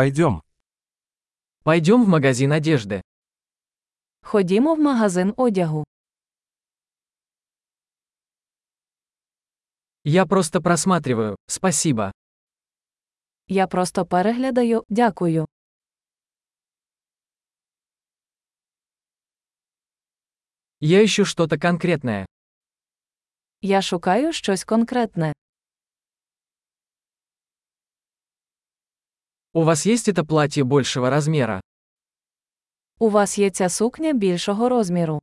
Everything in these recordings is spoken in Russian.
Пойдем. Пойдем в магазин одежды. Ходімо в магазин одягу. Я просто просматриваю, спасибо. Я просто переглядаю, дякую. Я ищу что-то конкретное. Я шукаю щось конкретне. У вас есть это платье большего размера? У вас є ця сукня більшого розміру.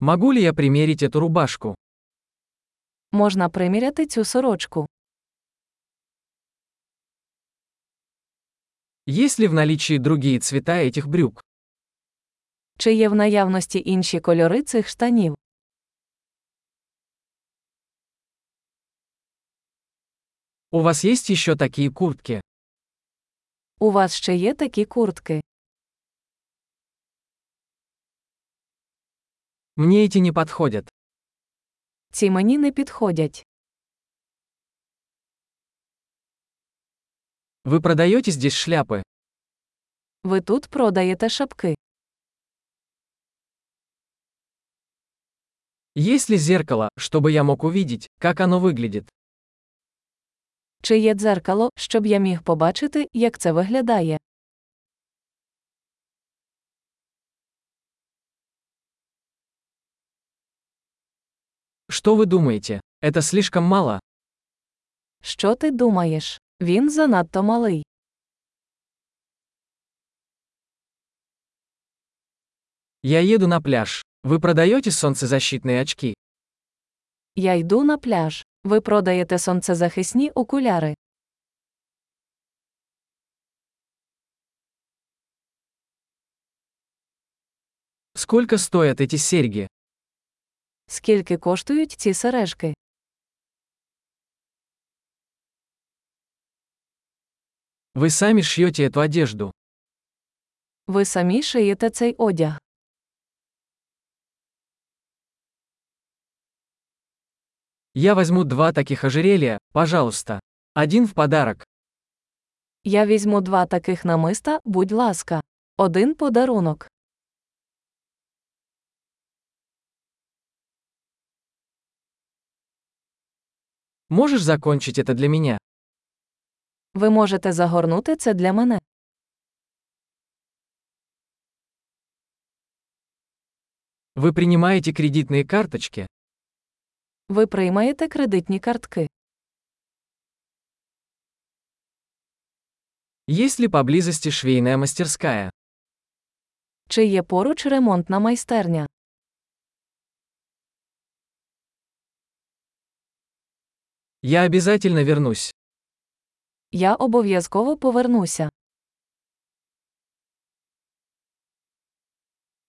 Могу ли я примерить эту рубашку? Можна приміряти цю сорочку. Есть ли в наличии другие цвета этих брюк? Чи є в наявності інші кольори цих штанів? У вас есть еще такие куртки? У вас ще є такі куртки. Мне эти не подходят. Ці мені не підходять. Вы продаете здесь шляпы? Ви тут продаєте шапки. Есть ли зеркало, чтобы я мог увидеть, как оно выглядит? Чи є дзеркало, щоб я міг побачити, як це виглядає? Что вы думаете? Это слишком мало? Що ти думаєш? Він занадто малий. Я еду на пляж. Вы продаете солнцезащитные очки? Я йду на пляж. Ви продаєте сонцезахисні окуляри. Сколько стоят эти серьги? Скільки коштують ці сережки? Вы сами шьете эту одежду. Ви самі шиєте цей одяг. Я возьму два таких ожерелья, пожалуйста. Один в подарок. Я візьму два таких намиста, будь ласка. Один подарунок. Можешь закончить это для меня? Ви можете загорнути це для мене. Вы принимаете кредитные карточки? Ви приймаєте кредитні картки. Есть ли поблизости швейная мастерская? Чи є поруч ремонтна майстерня? Я обязательно вернусь. Я обов'язково повернуся.